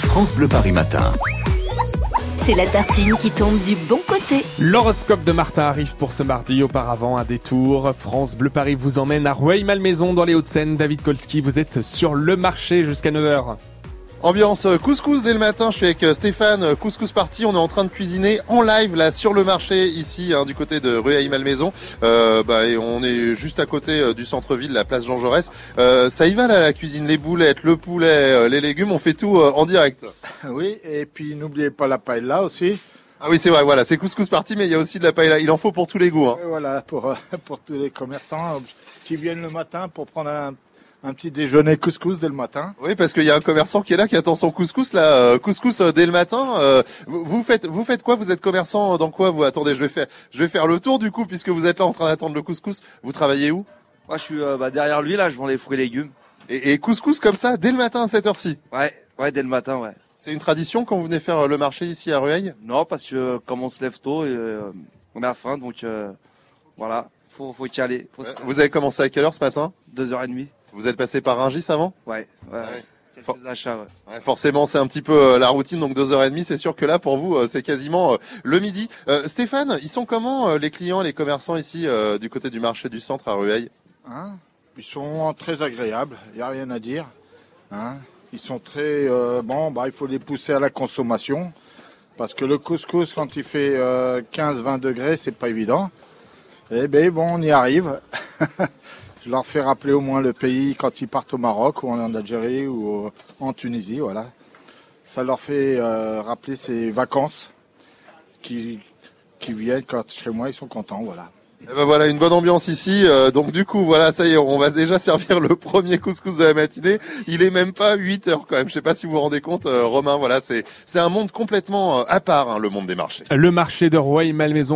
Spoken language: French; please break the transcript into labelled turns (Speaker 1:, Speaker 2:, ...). Speaker 1: France Bleu Paris Matin.
Speaker 2: C'est la tartine qui tombe du bon côté.
Speaker 3: L'horoscope de Martin arrive pour ce mardi. Auparavant, un détour. France Bleu Paris vous emmène à Rueil-Malmaison dans les Hauts-de-Seine. David Kolski, vous êtes sur le marché jusqu'à 9h.
Speaker 4: Ambiance euh, couscous dès le matin, je suis avec euh, Stéphane, couscous party, on est en train de cuisiner en live là sur le marché ici hein, du côté de rue Malmaison. Euh, bah, et on est juste à côté euh, du centre-ville, la place Jean Jaurès. Euh, ça y va là la cuisine, les boulettes, le poulet, euh, les légumes, on fait tout euh, en direct.
Speaker 5: Ah Oui, et puis n'oubliez pas la paille là aussi.
Speaker 4: Ah oui c'est vrai, voilà, c'est couscous party mais il y a aussi de la paella, il en faut pour tous les goûts. Hein.
Speaker 5: Et voilà, pour, euh, pour tous les commerçants euh, qui viennent le matin pour prendre un, un petit déjeuner couscous dès le matin.
Speaker 4: Oui parce qu'il y a un commerçant qui est là qui attend son couscous là, euh, couscous euh, dès le matin. Euh, vous, vous faites vous faites quoi Vous êtes commerçant euh, dans quoi Vous attendez, je vais faire je vais faire le tour du coup puisque vous êtes là en train d'attendre le couscous. Vous travaillez où
Speaker 6: Moi, je suis euh, bah, derrière lui, là, je vends les fruits et légumes.
Speaker 4: et, et couscous comme ça dès le matin à cette heure-ci.
Speaker 6: Ouais, ouais, dès le matin, ouais.
Speaker 4: C'est une tradition quand vous venez faire euh, le marché ici à Rueil
Speaker 6: Non, parce que euh, comme on se lève tôt, euh, on a faim, donc euh, voilà, faut, faut y aller. Faut
Speaker 4: Euh, Vous avez commencé à quelle heure ce matin
Speaker 6: Deux heures et demie.
Speaker 4: Vous êtes passé par Rungis avant
Speaker 6: Ouais, ouais.
Speaker 4: ouais.
Speaker 6: ouais. Quelques
Speaker 4: Fort-
Speaker 6: achats, ouais.
Speaker 4: Ouais, Forcément, c'est un petit peu euh, la routine, donc deux heures et demie. C'est sûr que là, pour vous, euh, c'est quasiment euh, le midi. Euh, Stéphane, ils sont comment euh, les clients, les commerçants ici euh, du côté du marché du centre à Rueil
Speaker 5: Hein Ils sont très agréables, il n'y a rien à dire. Hein Ils sont très... euh, bon, bah, il faut les pousser à la consommation. Parce que le couscous, quand il fait euh, 15-20 degrés, c'est pas évident. Eh bien, bon, on y arrive. Je leur fais rappeler au moins le pays quand ils partent au Maroc, ou en Algérie, ou euh, en Tunisie, voilà. Ça leur fait euh, rappeler ces vacances qui, qui viennent quand chez moi, ils sont contents, voilà.
Speaker 4: Eh ben voilà, une bonne ambiance ici. Euh, donc du coup, voilà, ça y est, on va déjà servir le premier couscous de la matinée. Il est même pas 8 heures quand même. Je sais pas si vous vous rendez compte, euh, Romain. Voilà, c'est c'est un monde complètement euh, à part, hein, le monde des marchés.
Speaker 3: Le marché de Rueil-Malmaison.